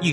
一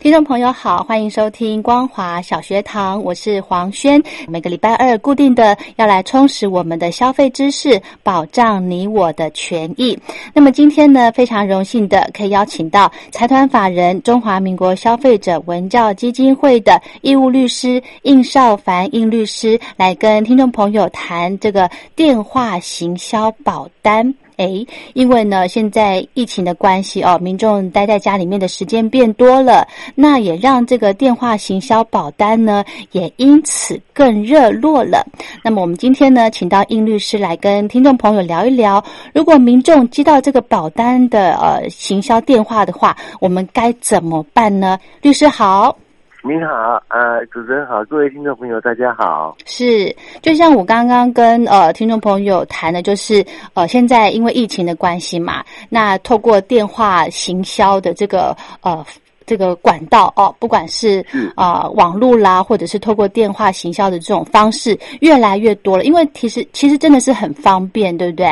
听众朋友好，欢迎收听光华小学堂，我是黄轩。每个礼拜二固定的要来充实我们的消费知识，保障你我的权益。那么今天呢，非常荣幸的可以邀请到财团法人中华民国消费者文教基金会的义务律师应少凡应律师来跟听众朋友谈这个电话行销保单。诶，因为呢，现在疫情的关系哦，民众待在家里面的时间变多了，那也让这个电话行销保单呢，也因此更热络了。那么我们今天呢，请到应律师来跟听众朋友聊一聊，如果民众接到这个保单的呃行销电话的话，我们该怎么办呢？律师好。您好，呃，主持人好，各位听众朋友，大 家好。是，就像我刚刚跟呃听众朋友谈的，就是呃现在因为疫情的关系嘛，那透过电话行销的这个呃这个管道哦，不管是呃网络啦，或者是透过电话行销的这种方式，越来越多了。因为其实其实真的是很方便，对不对？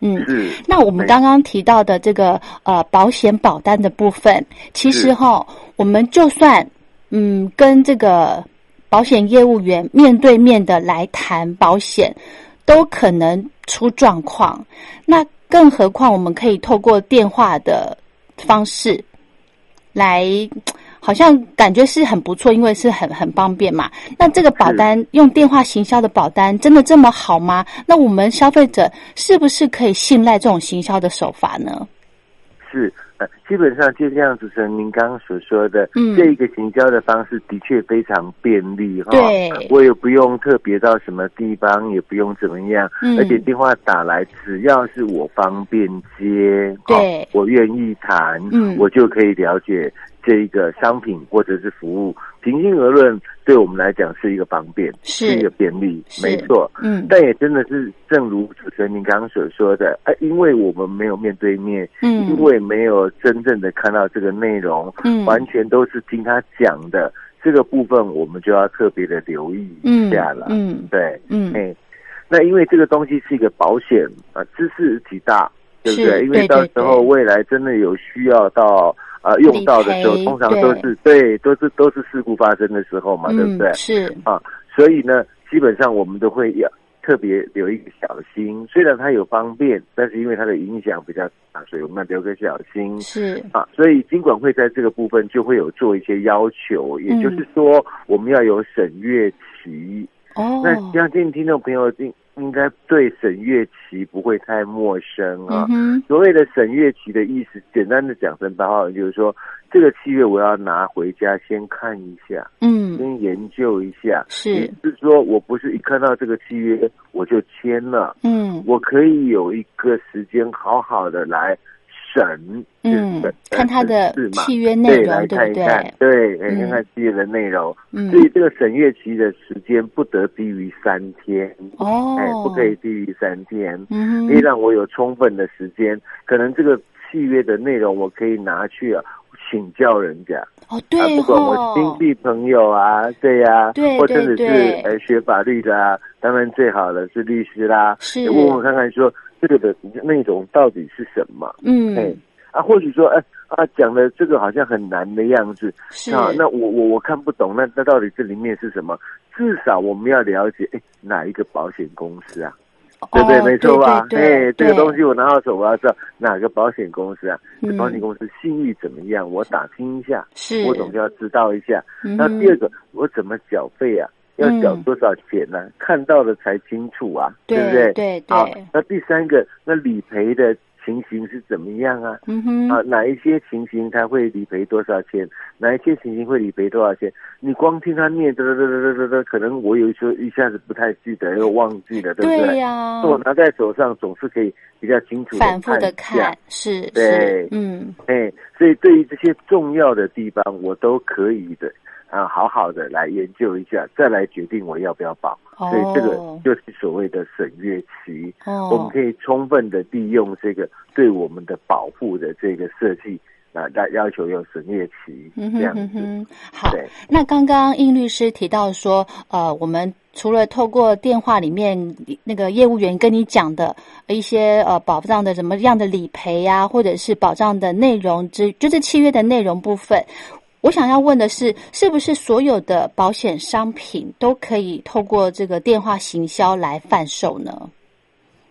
嗯，是那我们刚刚提到的这个呃保险保单的部分，其实是哈，我们就算嗯跟这个保险业务员面对面的来谈保险，都可能出状况。那更何况我们可以透过电话的方式来，好像感觉是很不错，因为是很很方便嘛。那这个保单用电话行销的保单，真的这么好吗？那我们消费者是不是可以信赖这种行销的手法呢？是，呃，基本上就像主持人您刚刚所说的，嗯这个行销的方式的确非常便利哈。对啊我也不用特别到什么地方，也不用怎么样，嗯而且电话打来，只要是我方便接，哈对我愿意谈，嗯我就可以了解这一个商品或者是服务。平心而论，对我们来讲是一个方便，是一个便利，是没错。嗯但也真的是，正如主持人您刚刚所说的，呃，因为我们没有面对面，嗯因为没有真正的看到这个内容，嗯完全都是听他讲的，这个部分我们就要特别的留意一嗯下了。嗯对，嗯哎，那因为这个东西是一个保险啊，呃知识极大，对不是对？因为对到对时候对未来真的有需要到呃用到的时候，理赔通常都是对，都是都是事故发生的时候嘛，对不对嗯？是所以呢，基本上我们都会要特别留一个小心。虽然它有方便，但是因为它的影响比较大，所以我们要留个小心是啊。所以金管会在这个部分就会有做一些要求，也就是说，我们要有审阅期。哦那相信听众朋友应应该对审阅期不会太陌生啊。嗯哼所谓的审阅期的意思，简单的讲成白话文，就是说这个契约我要拿回家先看一下，嗯先研究一下，是是说我不是一看到这个契约我就签了，嗯我可以有一个时间好好的来审，嗯就是看他的审视嘛契约内对，来容对看不一看，对，来看看契约的内容。嗯所以这个审阅期的时间不得低于三天，哦哎，不可以低于三天，嗯可以哼让我有充分的时间，可能这个契约的内容我可以拿去啊。请教人家。哦，啊，对不管我哦亲，戚朋友啊，对呀、对或甚至对是对呃学法律的啊，当然最好的是律师啦，是也问问看看说这个的内容到底是什么，哎、嗯，啊，或许说，哎、啊，讲的这个好像很难的样子，是啊，那我我我看不懂，那那到底这里面是什么？至少我们要了解，哎，哪一个保险公司啊？对不对？哦没错吧？对对哎，这对个东西我拿到手，我要知道哪个保险公司啊？这嗯保险公司信誉怎么样？我打听一下，是，我总要知道一下。嗯那哼第二个，我怎么缴费啊？要缴嗯多少钱呢、看到了才清楚啊，对不对？啊对好对，那第三个，那理赔的情形是怎么样啊？嗯哼，啊，哪一些情形他会理赔多少钱？哪一些情形会理赔多少钱？你光听他念，嘚嘚嘚嘚嘚嘚，可能我有时候一下子不太记得，又忘记了，对不对对？呀那，我拿在手上，总是可以比较清楚地反复的一下看，是，是对嗯，哎，所以对于这些重要的地方，我都可以的啊，好好的来研究一下，再来决定我要不要保。哦所以这个就是所谓的审阅期，我们哦可，以充分的利用这个对我们的保护的这个设计啊，来要求有审阅期嗯这哼样嗯子。哼，好，对，那刚刚应律师提到说，呃，我们除了透过电话里面那个业务员跟你讲的一些呃保障的什么样的理赔呀、或者是保障的内容之，就是契约的内容部分。我想要问的是，是不是所有的保险商品都可以透过这个电话行销来贩售呢？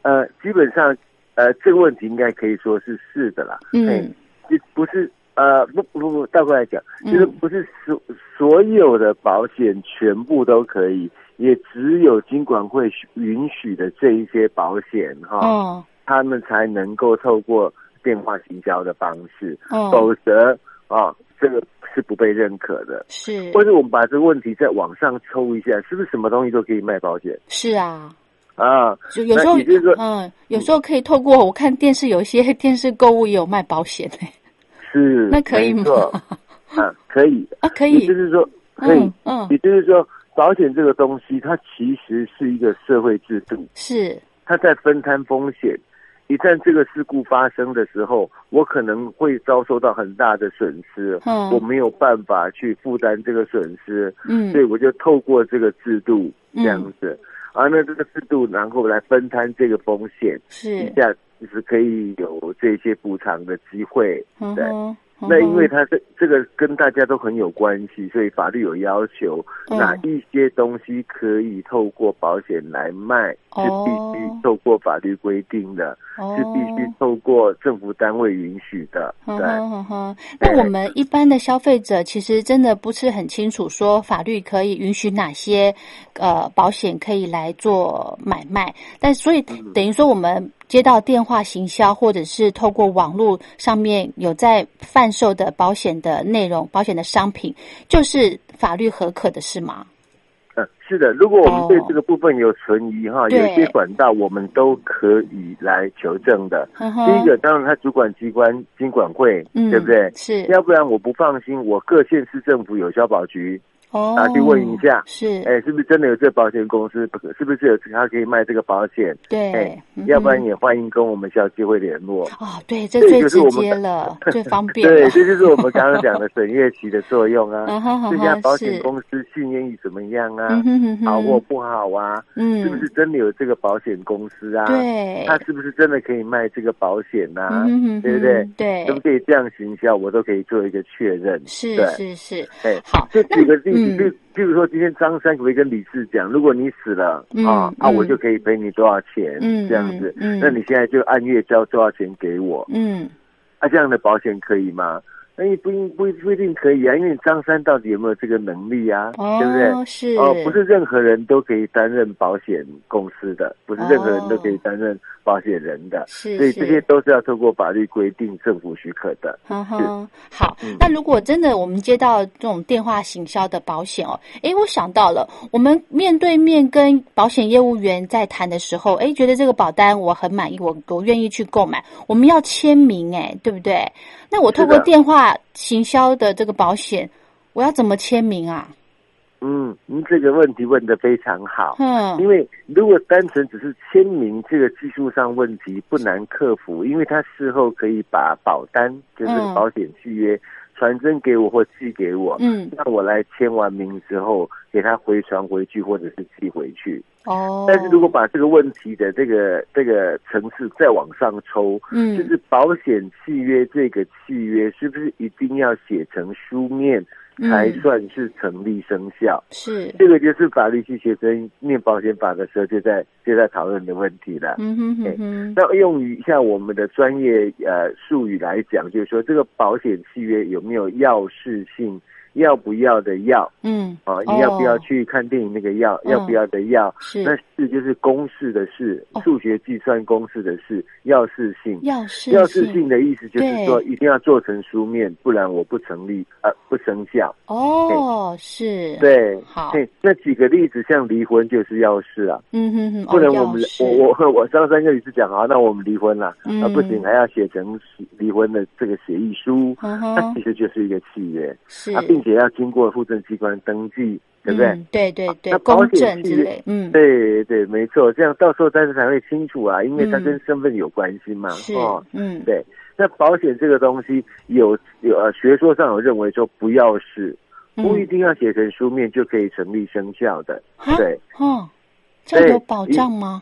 呃，基本上呃这个问题应该可以说是是的啦。哎嗯，就不是呃不不不，倒过来讲，就是嗯不是所所有的保险全部都可以，也只有金管会许允许的这一些保险哈，哦，他们才能够透过电话行销的方式，哦，否则啊这个是不被认可的。是，或者我们把这个问题再往上抽一下，是不是什么东西都可以卖保险是啊，啊？就有时候那也就是说，嗯，有时候可以透过我看电视，有一些电视购物也有卖保险的、是那可以没吗？ 错啊，可以，啊，可也以就，是说可以嗯。嗯，也就是说，保险这个东西，它其实是一个社会制度，是，它在分摊风险。一旦这个事故发生的时候，我可能会遭受到很大的损失，嗯我没有办法去负担这个损失，嗯所以我就透过这个制度这样子，啊，那这个制度然后来分摊这个风险，一是，下就是可以有这些补偿的机会。嗯对哼，嗯那因为哼它这这个跟大家都很有关系，所以法律有要求嗯哪一些东西可以透过保险来卖，是哦必须透过法律规定的，哦嗯是必须透过政府单位允许的。哼对，哼哼哼，那我对们一般的消费者其实真的不是很清楚，说法律可以允许哪些呃保险可以来做买卖，但所以嗯等于说我们接到电话行销或者是透过网络上面有在贩售的保险的内容、保险的商品，就是法律合可的是吗？呃，是的。如果我们对哦这个部分有存疑哈，对有些管道我们都可以来求证的。呵第呵一个，当然它主管机关经管会，嗯，对不对？是要不然我不放心，我各县市政府有消保局，哦，打去问一下是，哎，是不是真的有这保险公司？是不是有他可以卖这个保险？对哎，要不嗯然哼也欢迎跟我们消基会联络。哦，对，这这最就是直我们接的 了，最方便了对，。这就是我们刚刚讲的审阅期的作用啊。 嗯哼这哼家保哼，险是，公司信任力怎么样啊嗯？哼哼哼，好或不好啊？是不嗯是，真的有这个保险公司啊？，对，它是不是真的可以卖这个保险啊？嗯哼对不对哼对可不可以这样行销？我都可以做一个确认。是对是是，哎，好就举个例嗯子，譬譬如说，今天张三可不可以跟李四讲，如果你死了嗯啊，啊，嗯我就可以赔你多少钱嗯，这样子。嗯嗯那你现在就按月交多少钱给我？嗯，啊，这样的保险可以吗？那也不一不一不一定可以啊，因为张三到底有没有这个能力啊？哦，对不对？是，哦，不是任何人都可以担任保险公司的，不是任何人都可以担任保险人的，是，所以哦是这些都是要透过法律规定、政府许可的。 哼哼，好嗯，那如果真的我们接到这种电话行销的保险哦，诶，我想到了，我们面对面跟保险业务员在谈的时候，诶，觉得这个保单我很满意，我我愿意去购买，我们要签名，诶，对不对？那我透过是的电话行销的这个保险，我要怎么签名啊？嗯，您这个问题问得非常好。嗯因为如果单纯只是签名这个技术上问题不难克服，因为他事后可以把保单就是嗯保险契约传真给我或寄给我，嗯，让我来签完名之后给他回传回去或者是寄回去。哦，但是如果把这个问题的这个这个层次再往上抽，嗯就是保险契约这个契约是不是一定要写成书面才嗯算是成立生效？是，这个就是法律系学生念保险法的时候就在就在讨论的问题了。嗯哼哼哼，那用于像我们的专业呃术语来讲，就是说这个保险契约有没有要事性，要不要的要嗯啊，哦你要不要去看电影那个要，嗯要不要的要，是，那事就是公式的事哦，数学计算公式的事，要事性。要是要事性的意思就是对说一定要做成书面，不然我不成立呃不生效。哦，是，，对，好对，那举个例子，像离婚就是要事啊，嗯哼哼，不哦能我们要是我我我上三个律师讲啊，那我们离婚了、嗯啊，不行还要写成离婚的这个协议书，嗯那哼其，实就是一个契约，是啊，，并且要经过户政机关登记，对不对？嗯对对对，那公保险证契之约类，嗯，对对，没错，这样到时候但是才会清楚啊，因为它嗯跟身份有关系嘛，是哦，，嗯，对。那保险这个东西有有呃学说上有认为说不要是不一嗯定要写成书面就可以成立生效的，哈对。哦，这样对有保因障吗？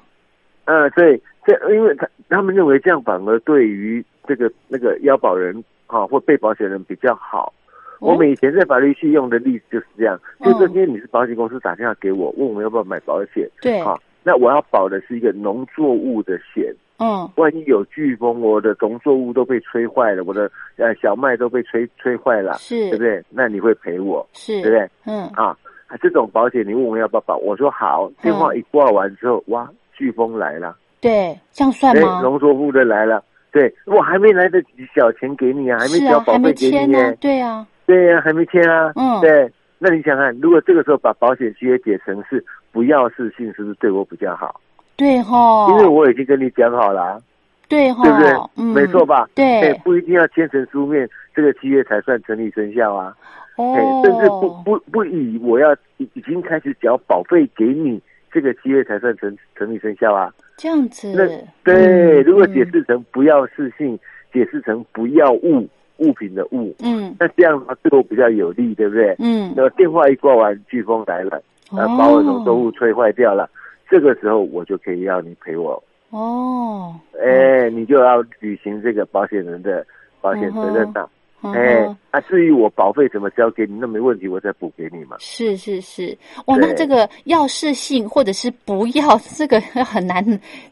呃，对，这因为他他们认为这样反而对于这个那个腰保人啊或被保险人比较好。我哦们以前在法律系用的例子就是这样，就是说嗯今天你是保险公司打电话给我，问我要不要买保险，对，啊，那我要保的是一个农作物的险，嗯万一有飓风，我的农作物都被吹坏了，我的呃小麦都被吹吹坏了，是啊对不对？那你会赔我，是，对不对？嗯啊，这种保险你问我要不要保，我说好，电话一挂完之后，哇，飓风来了。对，这样算哎，吗？农作物的来了，对我还没来得及缴钱给你啊，还没是交啊，保还没费给签你、呢，对啊，对呀、还没签啊，嗯对。那你想看，如果这个时候把保险契约解成是不要事性，是不是对我比较好？对哈，因为我已经跟你讲好了、啊，对哈，对不对？哦嗯，没错吧？哎对，不一定要签成书面，这个契约才算成立生效啊。哎哦，甚至不不不以我要已已经开始缴保费给你，这个契约才算成成立生效啊。这样子那，嗯对，如果解，嗯释成不要事性，解释成不要物物品的物，嗯那这样的话对我比较有利，对不对？嗯，哦那么电话一挂完，飓风来了，呃，把我农作物吹坏掉了，这个时候我就可以要你赔我，哦，哎，你就要履行这个保险人的保险责任呐、哦，嗯哎哼，啊，至于我保费怎么交给你，那没问题，我再补给 你嘛。是是是，哇，那对这个要是性或者是不要， 这个很难，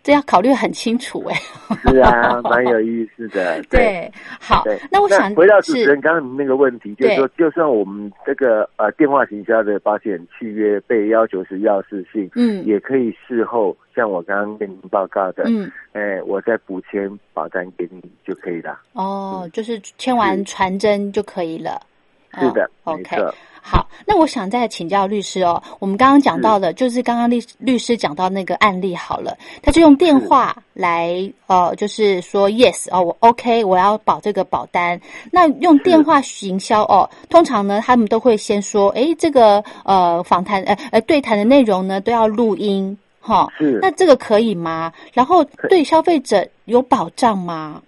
这要考虑很清楚哎。是啊，蛮有意思的。 对，好对，，那我想回到主持人是，刚刚您那个问题，就是说，就算我们这个呃电话行销的保险契约被要求是要事性，嗯也可以事后像我刚刚跟您报告的，嗯，哎，我再补签保单给你就可以了。哦，就是签完嗯是传真就可以了。是的，哦没，OK，错。好，那我想再请教律师哦。我们刚刚讲到的，就是刚刚律律师讲到那个案例好了，他就用电话来呃，就是说 yes 哦，我 OK，我要保这个保单。那用电话行销哦，通常呢，他们都会先说，诶，这个呃访谈呃呃对谈的内容呢都要录音哈。是那这个可以吗？然后对消费者有保障吗？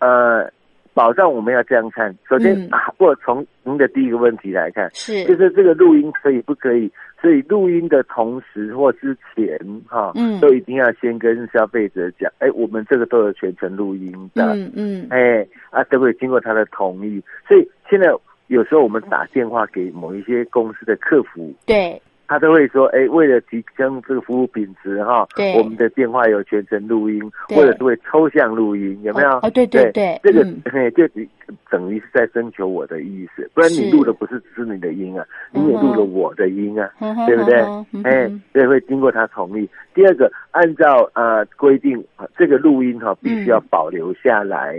呃，保障我们要这样看。首先嗯啊，不过从您的第一个问题来看，是，就是这个录音可以不可以？所以录音的同时或之前，哈、嗯都一定要先跟消费者讲，哎，我们这个都有全程录音的，嗯嗯，哎，啊，都会经过他的同意。所以现在有时候我们打电话给某一些公司的客服，对他都会说，哎，为了提升这个服务品质，哈对，我们的电话有全程录音，对或者是会抽象录音，有没有？哦哦对对对这个、嗯嘿，就等于等于是在征求我的意思，不然是你录的不是只是你的音啊，你也嗯哼录了我的音啊，呵呵对不对呵呵？哎嗯嗯哼，对，会经过他同意。第二个，按照呃规定，这个录音哈、嗯必须要保留下来，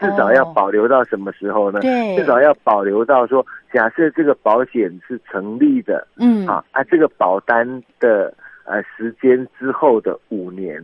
至少要哦保留到什么时候呢？嗯对呃至少要保留到说，假设这个保险是成立的。嗯啊啊，这个保单的呃时间之后的五年，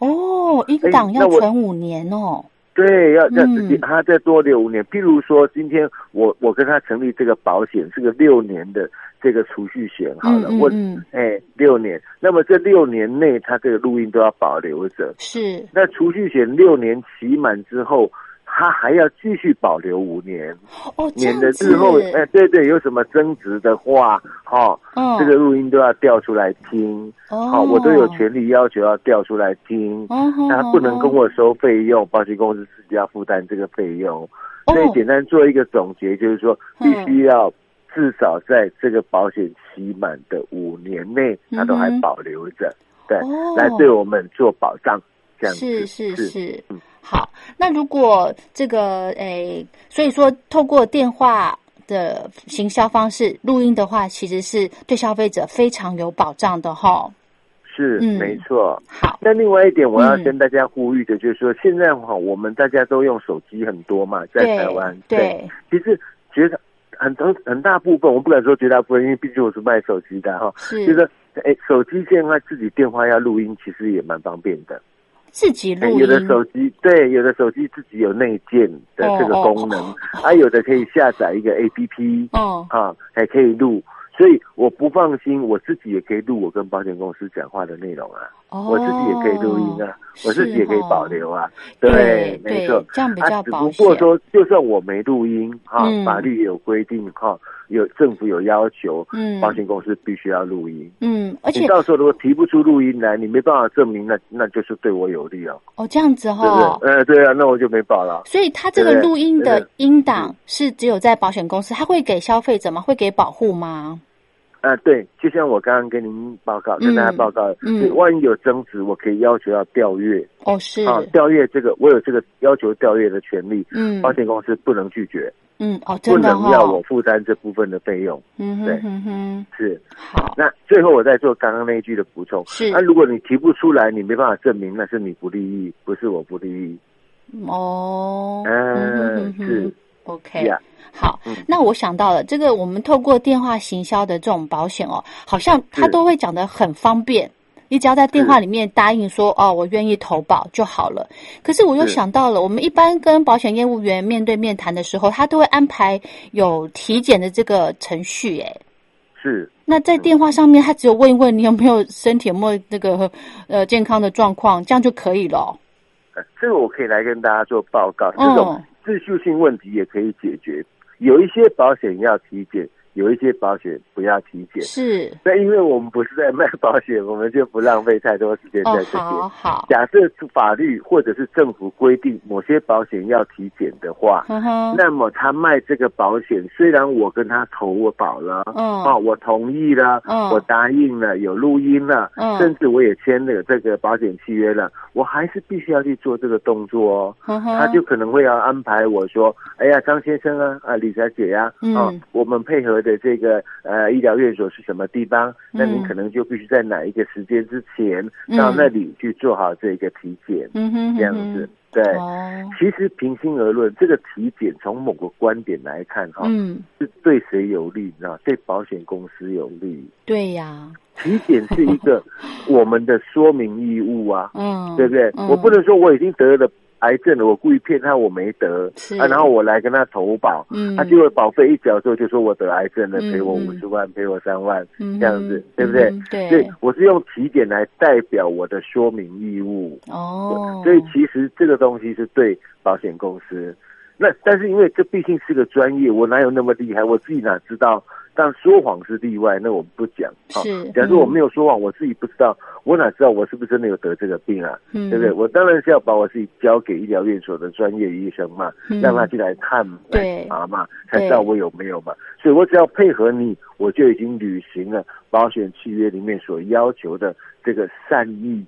哦，应哎档要那我存五年哦，对，要要嗯他再多留五年。譬如说，今天我我跟他成立这个保险是个六年的这个储蓄险，好了，嗯我嗯嗯哎六年，那么这六年内他这个录音都要保留着。是那储蓄险六年期满之后，他还要继续保留五年，哦，这免样得子日后哎，对对，有什么争执的话，哈、嗯，这个录音都要调出来听，哦，好、我都有权利要求要调出来听。哦，哦，那他不能跟哦，我收费用，保险公司自己要负担这个费用。哦所以简单做一个总结，就是说必须要至少在这个保险期满的五年内，它都还嗯哼保留着，对，哦来对我们做保障，这样是子是是是嗯，好，那如果这个诶，所以说透过电话的行销方式录音的话，其实是对消费者非常有保障的哈。是嗯没错。好，那另外一点，我要嗯跟大家呼吁的，就是说，现在哈，我们大家都用手机很多嘛，在对台湾，嗯对，其实绝大很多很大部分，我不敢说绝大部分，因为毕竟我是卖手机的哈，嗯就是是哎，手机电话自己电话要录音，其实也蛮方便的。自己哎录有的音，手机对，有的手机自己有内建的这个哦哦功能，啊，有的可以下载一个 APP 哦，啊，还可以录。所以我不放心，我自己也可以录我跟保险公司讲话的内容啊，我自己也可以录音哦，啊，我自己也可以哦保留啊，对没错。，这样比较啊，只保不险过。说，就算我没录音哈，嗯法律也有规定哈，有政府有要求，嗯保险公司必须要录音。嗯，而你且到时候如果提不出录音来，你没办法证明，那那就是对我有利哦，哦这样子对不哈，对？呃，对啊，那我就没保了。所以它这个对不对录音对的不音档是只有在保险公司，它会给消费者吗？会给保护吗？啊、对，就像我刚刚跟您报告，跟大家嗯报告，嗯就万一有争执，我可以要求要调阅哦，是，啊，调阅这个我有这个要求调阅的权利，嗯保险公司不能拒绝，嗯，哦，不真的能哈、要我负担这部分的费用，嗯哼对哼哼，是。好，那最后我再做刚刚那一句的补充。哦是那、如果你提不出来，你没办法证明，那是你不利益，不是我不利益。哦，嗯嗯哼哼是哼，OK， Yeah 好嗯，那我想到了，这个我们透过电话行销的这种保险哦，好像它是都会讲得很方便。你只要在电话是里面答应说哦，我愿意投保就好了。可是我又是想到了，我们一般跟保险业务员面对面谈的时候，他都会安排有体检的这个程序，哎，是那在电话上面，他只有问一问你有没有身体有没有那个呃健康的状况，这样就可以了哦。呃这个我可以来跟大家做报告。这种嗯，自序性问题也可以解决。有一些保险要体检，有一些保险不要体检。是那因为我们不是在卖保险，我们就不浪费太多时间哦在，这边。好好，假设法律或者是政府规定某些保险要体检的话，哼哼，那么他卖这个保险，虽然我跟他投我保了，嗯啊，我同意了，嗯我答应了，有录音了，嗯甚至我也签了这个保险契约了，我还是必须要去做这个动作哦。哼哼，他就可能会要安排我说，哎呀，张先生啊，啊，李小姐呀、嗯啊，我们配合的这个呃医疗院所是什么地方？那您嗯可能就必须在哪一个时间之前嗯到那里去做好这个体检，嗯哼这样子，对。哼哼哦，其实平心而论，这个体检从某个观点来看，哈、嗯，是对谁有利？你知道，对保险公司有利。对呀，体检是一个我们的说明义 务啊，嗯，对不对？嗯我不能说我已经得了癌症了，我故意骗他我没得是啊，然后我来跟他投保，嗯，他结果保费一缴之后就说我得癌症了，嗯赔我嗯五十万，赔我三万，嗯哼这样子，对不对？嗯哼所以对，我是用体检来代表我的说明义务。哦，所以其实这个东西是对保险公司。那但是因为这毕竟是个专业，我哪有那么厉害？我自己哪知道？但说谎是例外，那我们不讲。啊是假如嗯我没有说谎，我自己不知道，我哪知道我是不是真的有得这个病啊？嗯对不对？？我当然是要把我自己交给医疗院所的专业医生嘛，嗯让他进来看嘛、对来查嘛，才知道我有没有嘛。所以我只要配合你，我就已经履行了保险契约里面所要求的这个善意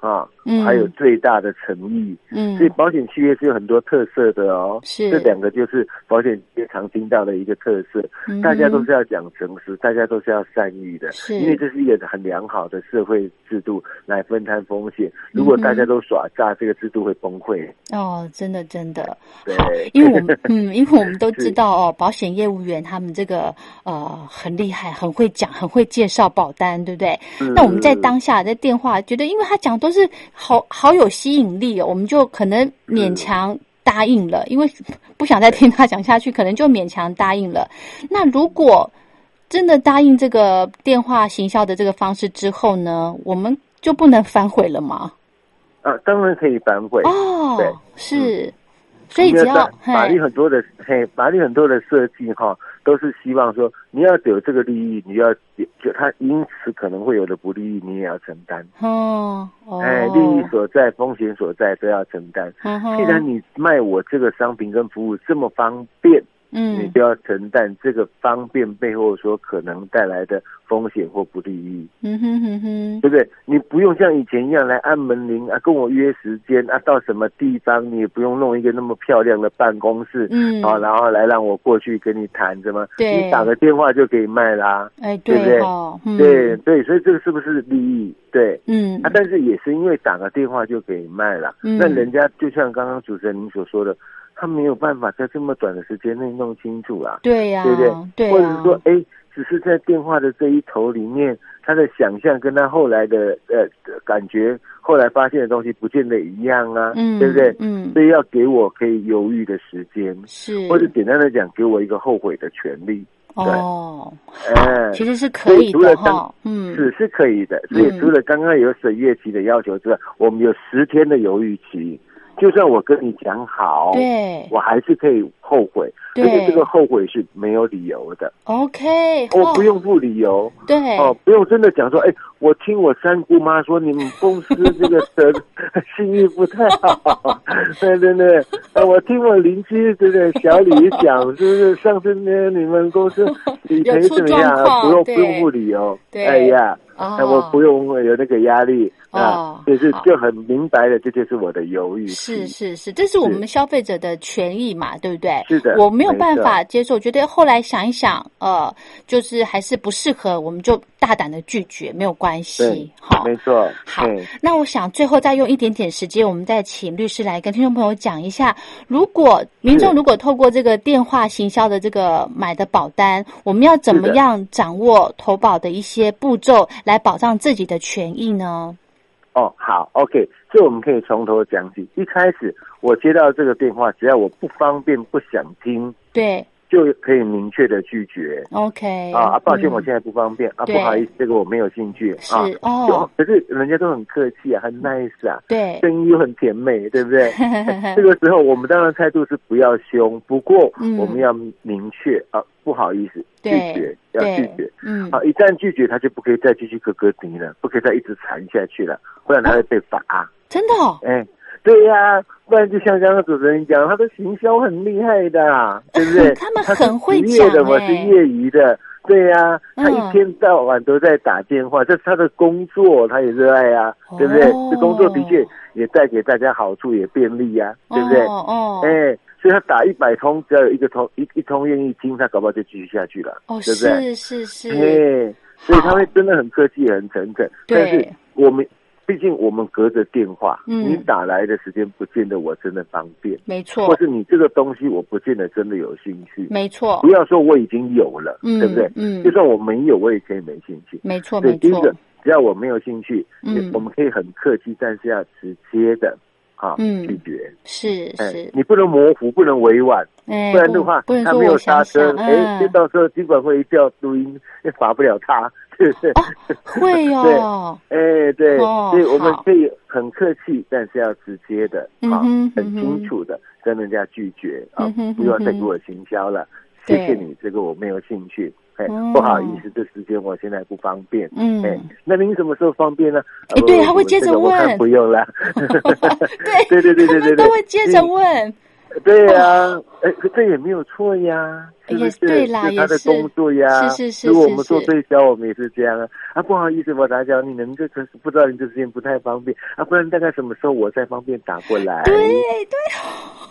啊，嗯还有最大的诚意。嗯所以保险契约是有很多特色的哦，是这两个就是保险契约常听到的一个特色，嗯哼大家都是要讲诚实，大家都是要善意的，是因为这是一个很良好的社会制度来分摊风险。嗯如果大家都耍诈，这个制度会崩溃。哦，真的真的，对好，因为我 们嗯，因为我们都是知道哦，保险业务员他们这个呃很厉害，很会讲，很会介绍保单，对不对？嗯那我们在当下在电话，觉得因为他讲都是好好有吸引力哦，我们就可能勉强答应了，因为不想再听他讲下去，可能就勉强答应了。那如果真的答应这个电话行销的这个方式之后呢，我们就不能反悔了吗？呃啊，当然可以反悔。哦对，是，所以只因为要法律嘿很多的嘿，法律很多的设计哈，都是希望说你要有这个利益，你要就他因此可能会有的不利益，你也要承担。哦哦，哎，利益所在，风险所在都要承担。嗯哼既然你卖我这个商品跟服务这么方便，你嗯就要承担这个方便背后所可能带来的风险或不利益，嗯哼哼哼，对不对？你不用像以前一样来按门铃啊，跟我约时间啊，到什么地方，你也不用弄一个那么漂亮的办公室。嗯，啊，然后来让我过去跟你谈什么？对你打个电话就可以卖啦、哎对不对哦，嗯对对，所以这个是不是利益？对，嗯啊，但是也是因为打个电话就可以卖了，嗯那人家就像刚刚主持人您所说的，他没有办法在这么短的时间内弄清楚啊，对呀，对不对？对或者呀是说，哎，只是在电话的这一头里面，他的想象跟他后来的呃感觉，后来发现的东西不见得一样啊，嗯，对不对？嗯，所以要给我可以犹豫的时间，是或者简单的讲，给我一个后悔的权利，哦，哎，其实是所可以以除了的当哈，嗯，是是可以的，所以嗯除了刚刚有审阅期的要求之外，我们有十天的犹豫期。就算我跟你讲好，对我还是可以后悔，对而且这个后悔是没有理由的， ，OK，我哦不用不理由对哦，不用真的讲说，哎，我听我三姑妈说你们公司这个的信誉不太好，对对对，呃，我听我邻居这个小李讲，就是上次呢你们公 司理赔有出怎么样状，啊况不用不对用不理由，对哎呀。哦那我不用有那个压力、哦啊，就是好就很明白的，这就是我的犹豫是期是是，这是我是们消费者的权益嘛，对不对？是的我没有没办错法接受，觉得后来想一想，呃，就是还是不适合，我们就大胆的拒绝，没有关系对，好。没错，好嗯，那我想最后再用一点点时间，我们再请律师来跟听众朋友讲一下，如果民众是如果透过这个电话行销的这个买的保单，我们要怎是么的样掌握投保的一些步骤来保障自己的权益呢？哦，好，OK，这我们可以从头讲起。一开始我接到这个电话，只要我不方便、不想听，对就可以明确的拒绝。 ，OK 啊啊，抱歉，嗯我现在不方便啊，对不好意思，这个我没有兴趣是啊。哦，嗯可是人家都很客气啊，很 nice 啊，对，声音又很甜美，对 不对？这个时候我们当然态度是不要凶，不过嗯我们要明确、啊，不好意思，拒对绝要拒对绝。，啊嗯，好，一旦拒绝，他就不可以再继续咯咯滴了，不可以再一直缠下去了，不然他会被罚。真的哦，哎，对呀、不然就像刚刚主持人讲，他的行销很厉害的 啊，对不对？他们是很会职业的，讲我是哎业余的。对呀、他嗯一天到晚都在打电话，这是他的工作，他也热爱呀、哦对不对？这工作的确也带给大家好处，也便利呀、对不对？哦哦，哎、所以他打一百通，只要有一个通一一通愿意听，他搞不好就继续下去了，哦，对不对？哎是是是，对，所以他会好真的很客气、很诚恳。对但是我们毕竟我们隔着电话，嗯你打来的时间不见得我真的方便，没或错，是你这个东西我不见得真的有兴趣。没错不，要说我已经有了，嗯对不对？嗯就算我没有，我也可以没兴趣。没错，对，没第一错个，，只要我没有兴趣，嗯也我们可以很客气，但是要直接的啊、嗯拒绝。是哎是，，你不能模糊，不能委婉。哎，不然的话，不能他说没我有刹想车想，，哎，就嗯，到时候尽管会掉录音，也罚不了他，是不是？会 哦，哎，对，哦所以我们好可以很客气，但是要直接的嗯啊哼，很嗯哼清楚的跟人家拒绝啊嗯哼，不要再嗯给哼我行销了，谢对谢你，这个我没有兴趣，哎哦，不好意思，这时间我现在不方便。哎嗯，，那您什么时候方便呢？哎对呃他会接着这个我看问不用了。 对对他对对对对们对，都会接着问，对呀、哎、可这也没有错呀，是不也是？哦哎对啦这是他也的是工作呀。是是是如果我是们做是推销，我们也是这样啊。啊，不好意思，我打搅你了，你这可是不知道你这时间不太方便啊，不然大概什么时候我才方便打过来？对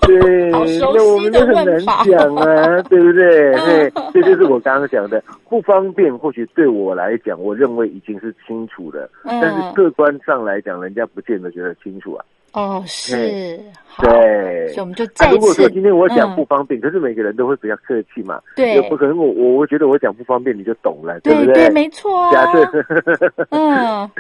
对，对，好熟那我悉们的都很问难法讲啊，对不 对？对，这就是我刚刚讲的不方便，或许对我来讲，我认为已经是清楚了，但是嗯，客观上来讲，人家不见得觉得清楚啊。哦，是，好，哎对所以。我们就啊再如果次说今天我讲嗯不方便，可是每个人都会比较客气嘛。对也不可能我我我觉得我讲不方便你就懂了，对不对？没错假啊，设嗯，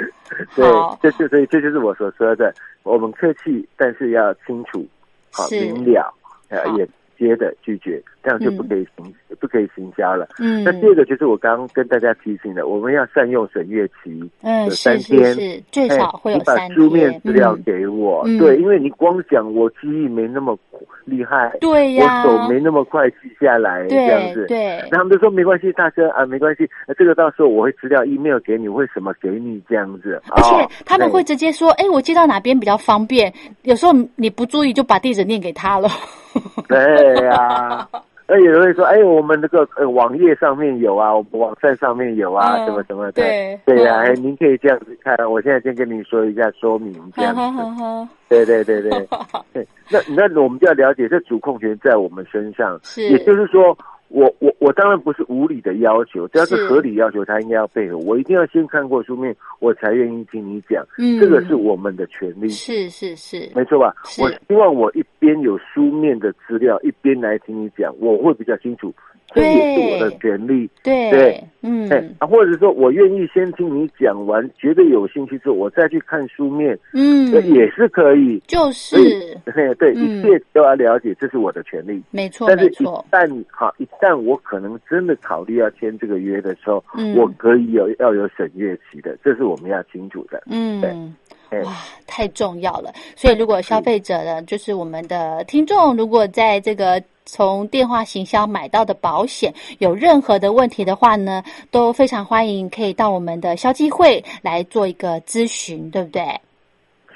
对好，，这就所以这就是我所说的，我们客气，但是要清楚，好是明了，呃好也接的拒绝，这样就不可以行、不可以行销了。嗯那第二个就是我刚刚跟大家提醒的，我们要善用审阅期，嗯，有是三是天是，最哎少会有你把三书面天。资料嗯给我，嗯对，因为你光讲我记忆没那么厉害，对呀，我手没那么快记下来，这样对子。对那他们就说没关系，大哥啊，没关系，呃这个到时候我会资料 email 给你，会什么给你这样子。而哦且他们会对直接说：“哎、我接到哪边比较方便？”有时候你不注意就把地址念给他了。对哎呀、那也会说，哎，我们那个呃网页上面有啊，我们网站上面有啊，嗯什么什么的。对 对呀、嗯哎，您可以这样子看，我现在先跟你说一下说明这哈样哈子。哈哈，对对对对对，那那我们就要了解，这主控权在我们身上，是也就是说。我我我当然不是无理的要求，只要是是合理要求，他应该要配合。我一定要先看过书面，我才愿意听你讲。嗯，这个是我们的权利。是是是，没错吧？是我希望我一边有书面的资料，一边来听你讲，我会比较清楚。这对也是我的权利，对对嗯哎、啊，或者说我愿意先听你讲完，觉得有兴趣之后，我再去看书面，这嗯，也是可以。 就是嘿对，嗯一切都要了解，这是我的权利。没错但是，没一错，旦好，一旦我可能真的考虑要签这个约的时候，嗯我可以有要有审阅期的，这是我们要清楚的。嗯。哎哇，太重要了！所以，如果消费者呢，就是我们的听众，如果在这个从电话行销买到的保险有任何的问题的话呢，都非常欢迎可以到我们的消基会来做一个咨询，对不对？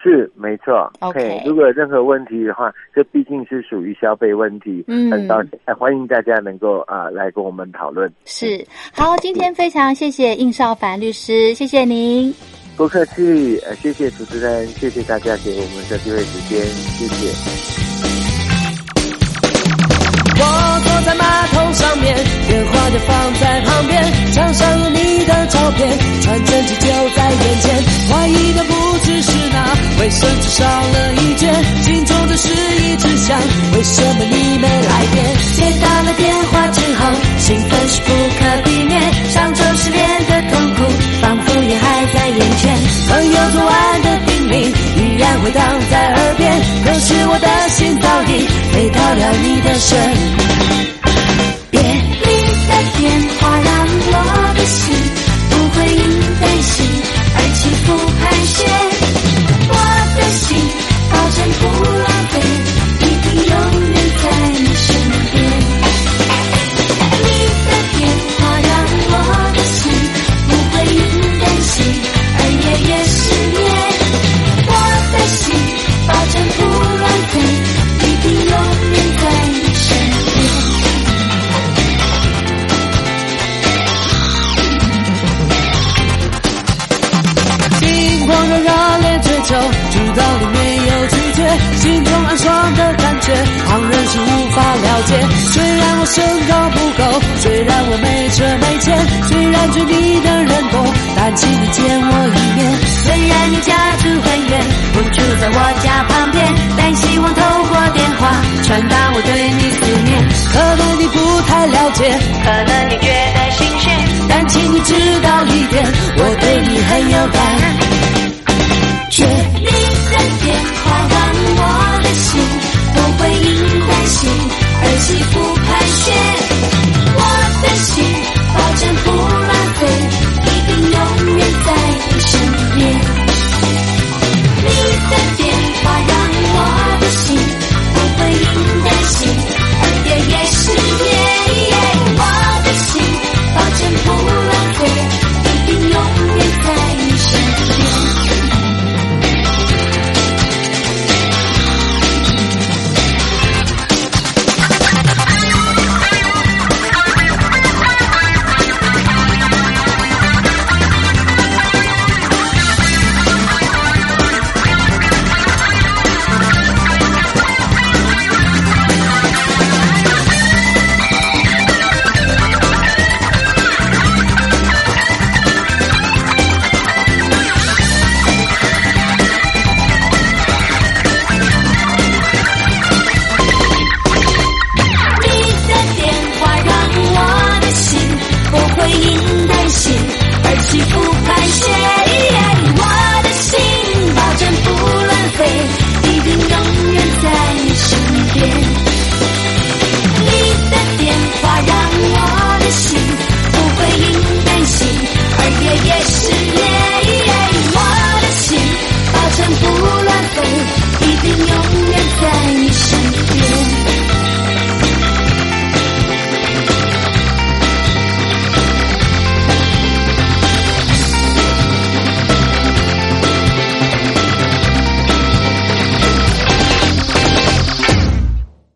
是没错 OK 嘿如果有任何问题的话，这毕竟是属于消费问题，嗯很高兴，呃欢迎大家能够啊、来跟我们讨论。是，好，今天非常谢谢应少凡律师，谢谢您。不客气，呃，谢谢主持人，谢谢大家给我们这机会时间，谢谢。我坐在马桶上面，电话就放在旁边，墙上有你的照片，传真机就在眼前。怀疑的不只是那卫生纸少了一卷，心中的事一直想，为什么你没来电？接到了电话之后，兴奋是不可避免，上周失恋的痛苦仿佛也还在眼前。朋友昨晚的叮咛依然回荡在耳边，可是我的心早已飞到了你的身边。别离的电话让我的心不会因担心而起伏盘旋，我的心保证不浪费，一定永远在你身边。你的电话让我的心不会因担心而夜夜失眠，我的心保证不浪费，一定永远在你身边。心慌热热烈追求，直到你没有拒绝，心中暗爽的感觉，旁人是无法了解。虽然我身高不够，虽然我没车没钱，虽然追你的人多，但请你见我一面。虽然你家住很远，不住在我家旁边，但希望透过电话传达我对你思念。可能你不太了解，可能你觉得心虚，但请你知道一点，我对你很有感。